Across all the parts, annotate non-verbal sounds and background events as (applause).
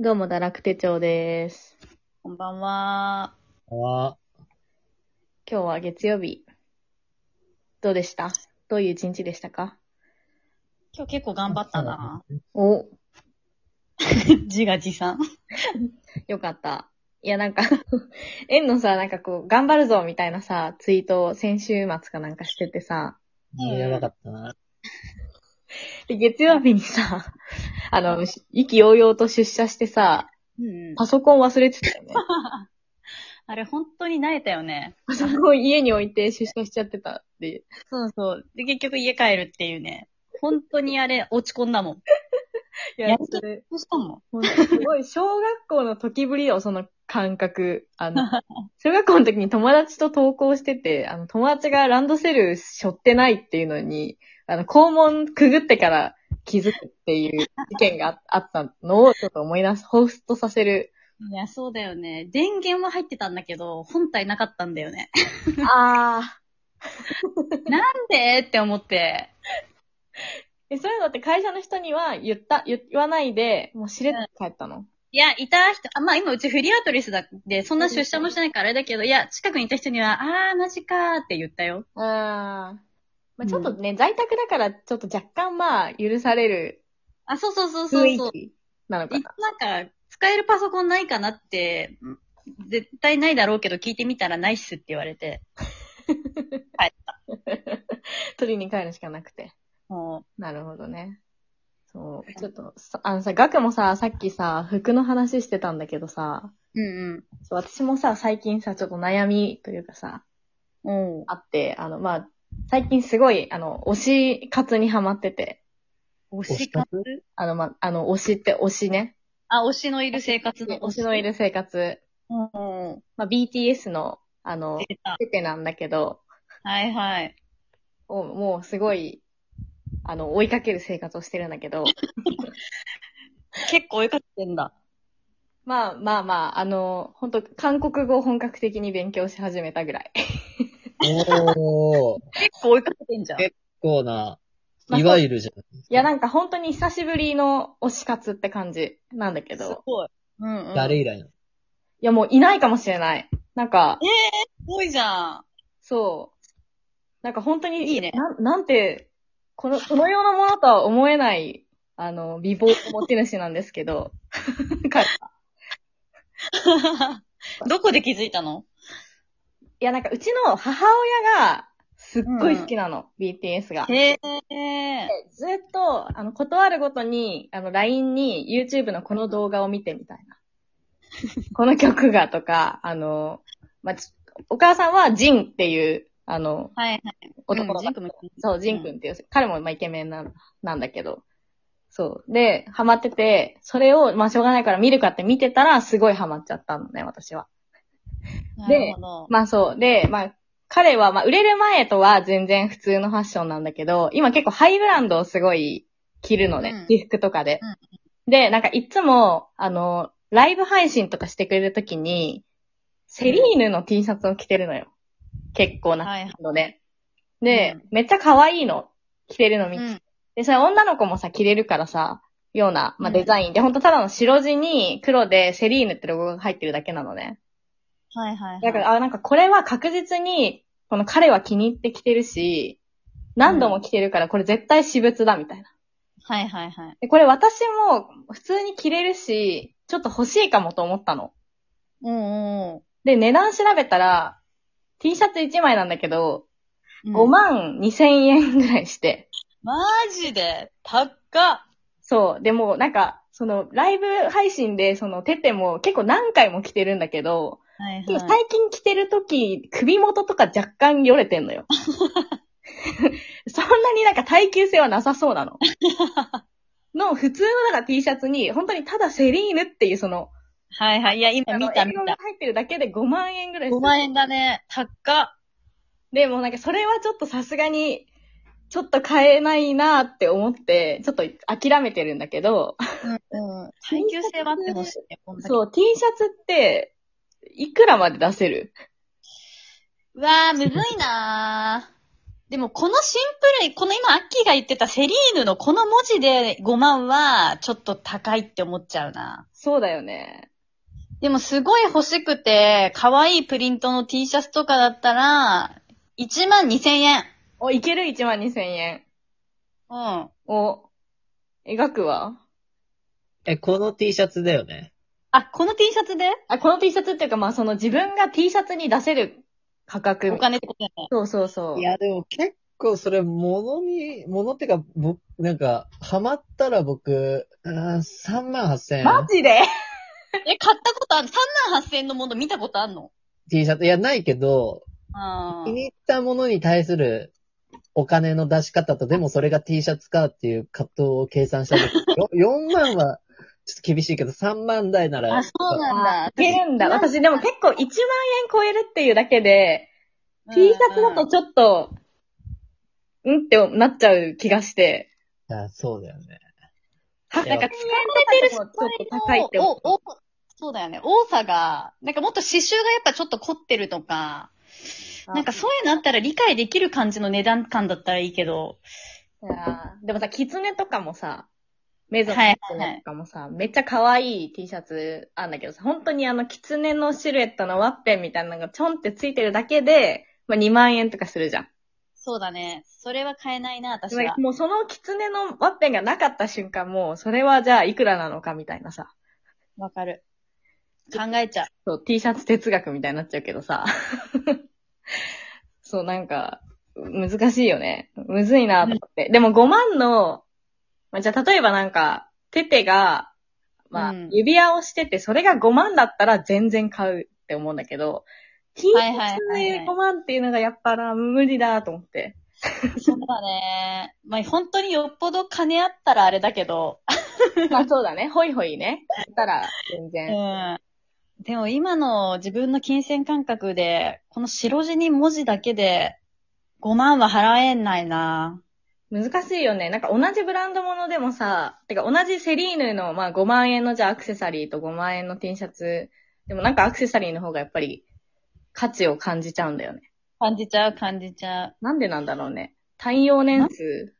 どうも、堕落手帳です。こんばんは。あ今日は月曜日。どうでしたどういう一日でしたか今日結構頑張ったな。お、自画自賛。よかった。いや、なんか、 (laughs) 縁のさ、なんかこう、頑張るぞみたいなさ、ツイートを先週末かなんかしててさ、あ、やばかったな。で月曜日にさ、 (laughs) あの、し意気揚々と出社してさ、うん。パソコン忘れてたよ (laughs) ね。あれ本当に慣れたよね。パソコン家に置いて出社しちゃってたって。そうそう。で、結局家帰るっていうね。本当にあれ落ち込んだもん。いやそれどうしたもん。もうすごい、小学校の時ぶりよ、その感覚。あ (laughs) の、小学校の時に友達と登校してて、あの、友達がランドセル背負ってないっていうのに、あの、校門くぐってから気づくって (laughs) いう事件がああったのをちょっと思い出す、ホーストさせる。いや、そうだよね。電源は入ってたんだけど、本体なかったんだよね。ああ。なんでって思って。え、そういうのって会社の人には言った、言言わないで、もうしれっと帰ったの。いや、いた人、あまあ今うちフリーアトリスだで、そんな出社もしてないからあれだけど、いや、近くにいた人には、あー、マジかーって言ったよ。ああ。まあ、ちょっとね、在宅だから、ちょっと若干まあ、許されるあ、そうそうそうそ雰うそう囲。気なのか一な。応なんか、使えるパソコンないかなって、うん絶対ないだろうけど聞いてみたらないっすって言われて。帰った。取りに帰るしかなくて。もなるほどね。そう。ちょっと、さあのさ、ガクもさ、さっきさ、服の話してたんだけどさ、う、うんそう私もさ、最近さ、ちょっと悩みというかさ、うん。おうあって、あの、まあ、最近すごい、あの、推し活にハマってて、推し活あの、まあ、あの、推しって推しね。あ、推しのいる生活の推しのい。る生活。うんうん。まあ、BTS の、あの、出た。ペペなんだけど、はいはい。をもうすごい、あの、追いかける生活をしてるんだけど、結構追いかけてんだ。まあまあまあ、あの、本当韓国語を本格的に勉強し始めたぐらい。おー、結構追いかけてんじゃん。えこうな、まあいわゆるじゃん。いや、なんか本当に久しぶりの推し活って感じなんだけすど。ごい。うんうん。誰す以来の。いや、もういないかもしれない。なんか、ごいじゃん。 (laughs) そう。なんか本当に、いいねなんなんて、この、この世のものとは思えない、あの、美貌の持ち主なんですけ (laughs) ど。彼はいどこで気づいたのや、なんかうちの母親が、すっごい好きなの、BTS が。へえ。ー。ずっと、あの、断るごとに、あの、LINE に YouTube のこの動画を見てみたいな。 (laughs) この曲がとか、あの、まあ、ちお母さんはジンっていう、あの、はいはい。男のうんジ子、ン君も言ってたそう、ジン君っていう、彼もまあイケメンなんなんだけど、そう。で、ハマってて、それを、まあ、しょうがないから見るかって見てたら、すごいハマっちゃったのね、私は。なるほど。まあそう。で、まあ、彼は、まあ、売れる前とは全然普通のファッションなんだけど、今結構ハイブランドをすごい着るのね、うん私服とかで。で、なんかいつも、あの、ライブ配信とかしてくれるときに、セリーヌの T シャツを着てるのよ。結構なはいはい。ので。で、うんめっちゃ可愛いの着てるの見てうんで、それ女の子もさ、着れるからさ、ような、まあ、うんデザインで、ほんとただの白地に黒でセリーヌってロゴが入ってるだけなのね。はいはいはい。だから、あ、なんかこれは確実に、この彼は気に入ってきてるし、何度も着てるから、これ絶対私物だ、みたいな。はいはいはい。で、これ私も普通に着れるし、ちょっと欲しいかもと思ったの。うんうんで、値段調べたら、T シャツ1枚なんだけど、うん。 5万2千円ぐらいして。マジで高っそう。でも、なんか、その、ライブ配信で、その、テテも結構何回も着てるんだけど、はいでも最近着てるとき、首元とか若干よれてんの (laughs) よ。そんなになんか耐久性はなさそうなの。の、普通のだから T シャツに、本当にただセリーヌっていうその、はいはい。いや、今見たあの見エプロンたが。入ってるだけで5万円ぐらいする5万円だね。高っでもなんかそれはちょっとさすがに、ちょっと買えないなって思って、ちょっと諦めてるんだけど、うん。耐久性はあってほしいね、こんだけそう、T シャツって、いくらまで出せるうわー、むずいなー。でもこのシンプルに、この今アッキーが言ってたセリーヌのこの文字で5万はちょっと高いって思っちゃうな。そうだよね。でもすごい欲しくて、可愛いプリントの T シャツとかだったら、1万2千円。お、いける ?1 万2000円。うん。お、描くわ。え、この T シャツだよね。あ、この T シャツであ、この T シャツっていうか、まあ、その自分が T シャツに出せる価格。お金ってことだよね。そうそうそう。いや、でも結構それ、物に、物ってか、僕、なんか、ハマったら僕、うーん3万8000円。マジでえ、買ったことある ?3 万8千円のもの見たことあんの T シャツ。いや、ないけど、あ気に入ったものに対するお金の出し方と、でもそれが T シャツかっていう葛藤を計算したんですけど、4万はちょっと厳しいけど、3万台なら、あ、そうなんだ。いけるんだ。私私、でも結構1万円超えるっていうだけで、うん T シャツだとちょっと、うんってなっちゃう気がして、あそうだよね。なんいかや疲れてる人もちょっと高いって思う。おおそうだよね。多さが、なんかもっと刺繍がやっぱちょっと凝ってるとか、なんかそういうのあったら理解できる感じの値段感だったらいいけど、いやーでもさ、キツネとかもさ、メゾンのはいキツネとかもさ、めっちゃ可愛い T シャツあんだけどさ、本当にあの、キツネのシルエットのワッペンみたいなのがちょんってついてるだけで、まあ、2万円とかするじゃん。そうだね。それは買えないな、私つまりは。もうそのキツネのワッペンがなかった瞬間、もうそれはじゃあいくらなのかみたいなさ、わかる。考えちゃう。そう、T シャツ哲学みたいになっちゃうけどさ。 (laughs) そう、なんか、難しいよね。むずいなと思って。でも5万の、まあ、じゃあ例えばなんか、テテが、まあ、うん指輪をしてて、それが5万だったら全然買うって思うんだけど、T シはいはいャはいツはいで5万っていうのがやっぱな、無理だと思 (laughs) って。そうだね。まあ、本当によっぽど金あったらあれだけど、まあそうだね、ホイホイね。だったら、全う然。ん。でも今の自分の金銭感覚で、この白地に文字だけで5万は払えないな。難しいよね。なんか同じブランドものでもさ、てか同じセリーヌの、まあ5万円のじゃあアクセサリーと5万円の T シャツ、でもなんかアクセサリーの方がやっぱり価値を感じちゃうんだよね。感じちゃう、感じちゃう。なんでなんだろうね。単用年数。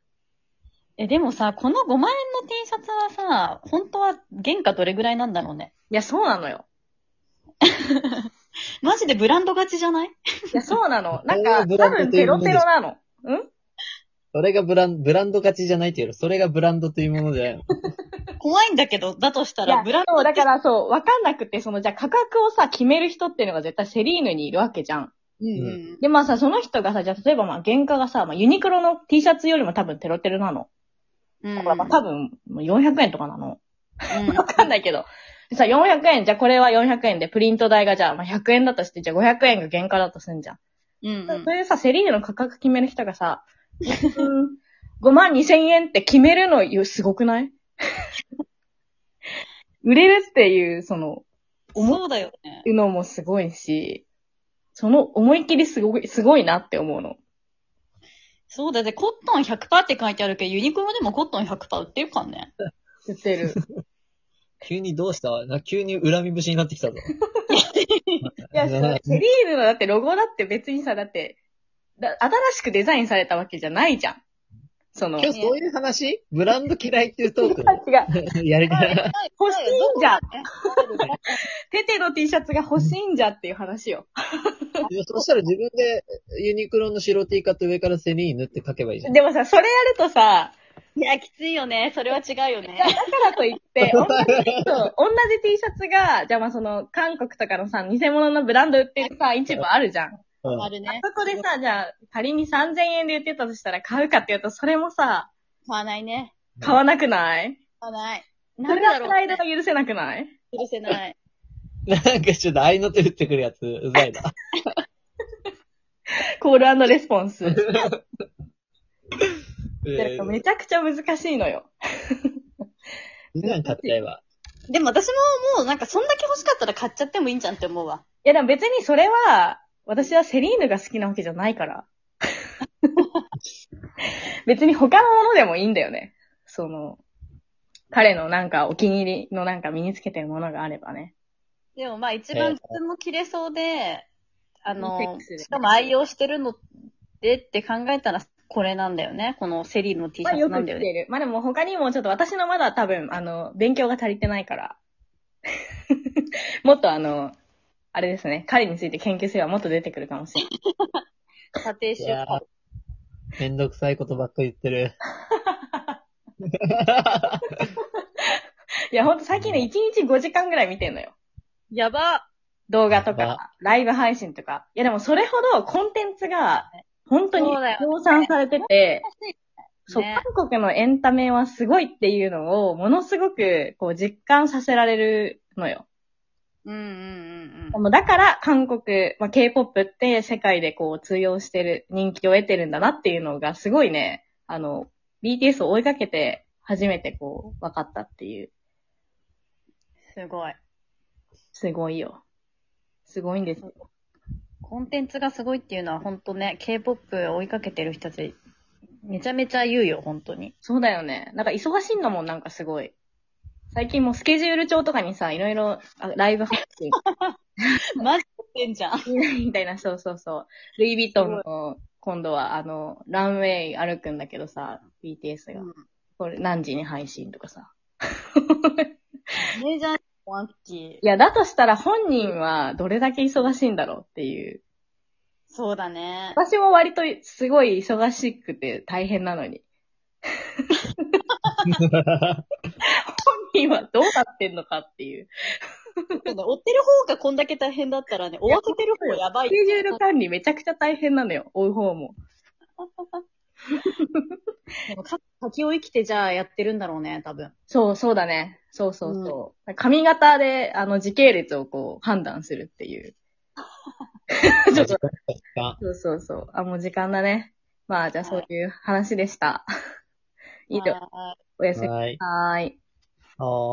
え、でもさ、この5万円の T シャツはさ、本当は原価どれぐらいなんだろうね。いや、そうなのよ。マジでブランド勝ちじゃないいや、そうな (laughs) の。なんそういか、うブラ多ンド分といテうもロのでテすロなの。うんそれがブラン、ブランド勝ちじゃないっていうより、それがブランドというものじゃないの。怖いんだけど、だとしたいやらブランそう、ドだってからそう、わかんなくて、その、じゃあ価格をさ、決める人っていうのが絶対セリーヌにいるわけじゃん。うんん。で、まあさ、その人がさ、じゃあ例えばまあ原価がさ、まあユニクロの T シャツよりも多分テロテロなの。うん。だうんからまあ多分、もう400円とかなの。わかんないけど。さ、400円、じゃあこれは400円で、プリント代がじゃあ、まあ、100円だとして、じゃあ500円が原価だとすんじゃん。 (laughs) うんうんそれでさ、セリーヌの価格決める人がさ、 (laughs) うん5万2千円って決めるのよすごくない (laughs) 売れるっていう、その、そうだよね。のもすごいし、その思い切りすごい、すごいなって思うの。そうだぜ、コットン100%って書いてあるけど、ユニクロでもコットン100%売ってるからね。言ってる。 (laughs) 急にどうしたな急に恨み節になってきたぞ。 (laughs) いや、それセリーヌのだってロゴだって別にさ、だって、だ新しくデザインされたわけじゃないじゃん。その。 (laughs) 今日そういう話ブランド嫌いっていうトーク (laughs) 違う。やりたい。欲しいんじゃん。どこ (laughs) テテの T シャツが欲しいんじゃっていう話よ。 (laughs) そしたら自分でユニクロの白 T 買って上からセリーヌって書けばいいじゃん。でもさ、それやるとさ、いや、きついよね。それは違うよ (laughs) ね。だからとい (laughs) って、同じそう同じ T シャツが、じゃあまあその、韓国とかのさ、偽物のブランド売ってる (laughs) さ、一部あるじゃん。うん (laughs) あるね。そこでさ、じゃあ、仮に3000円で売ってたとしたら買うかっていうと、それもさ、買わないね。買わなくない買わない。そなんれだがろプうラね、イドが許せなくない許せない。なんかちょっと合いの手打ってくるやつ、うざ (laughs) いな。コールレスポンス。えーめちゃくちゃ難しいのよ。普段買っちゃえば。でも私ももうなんかそんだけ欲しかったら買っちゃってもいいんじゃんって思うわ。いやでも別にそれは、私はセリーヌが好きなわけじゃない (laughs) から。別に他のものでもいいんだよね。その、彼のなんかお気に入りのなんか身につけてるものがあればね。でもまあ一え番ー靴も切れそうで、あセッの、クスでしかも愛用してるのでって考えたら、これなんだよね。このセリーヌの T シまあャツよなくん着だてよね。る。まあでも他にもちょっと私のまだ多分、あの、勉強が足りてない (laughs) から。もっとあの、あれですね、彼について研究すればもっと出てくるかもしれない。査定い集や合。ーめんどくさいことばっかり言っ (laughs) てる。 (laughs) いやほんと最近ね、1日5時間ぐらい見てんのよ。やば動画とまか、ライブ配信とか。いやでもそれほどコンテンツが、本当にそうだよね量産されてて、そう、ね韓国のエンタメはすごいっていうのを、ものすごく、こう、実感させられるのよ。うんうんうんもうだから、韓国、まあ、K-POP って世界でこう、通用してる、人気を得てるんだなっていうのが、すごいね、あの、BTS を追いかけて、初めてこう、分かったっていう。うん。すごい。すごいよ。すごいんですよ。コンテンツがすごいっていうのは本当ね、K-POP を追いかけてる人たち、めちゃめちゃ言うよ、本当に。そうだよね。なんか忙しいんだもん、なんかすごい。最近もうスケジュール帳とかにさ、いろいろ、あライブ配信、マジでんじゃん。みたいな、 (laughs) そうそうそう。ルイ・ヴィトンの、今度はあの、ランウェイ歩くんだけどさ、BTS が。うんこれ何時に配信とかさ。メジャーワンキいや、だとしたら本人はどれだけ忙しいんだろうっていう。ー。そうだね。私も割とすごい忙しくて大変なのに。本人はどうなってんのかっていう。そうだ追ってる方がこんだけ大変だったらね、追わせてる方やばいス。ケジュール管理めちゃくちゃ大変なのよ、追う方も。でもか先を生きてじゃあやってるんだろうね、多分。そう、そうだね。そうそうそう。髪型で、あの、時系列をこう、判断するっていう。ちょっと、そうそうそう。あ、もう時間だね。まあ、じゃあそういう (laughs) 話でした。以上、はいおやすみなはい。さい。あー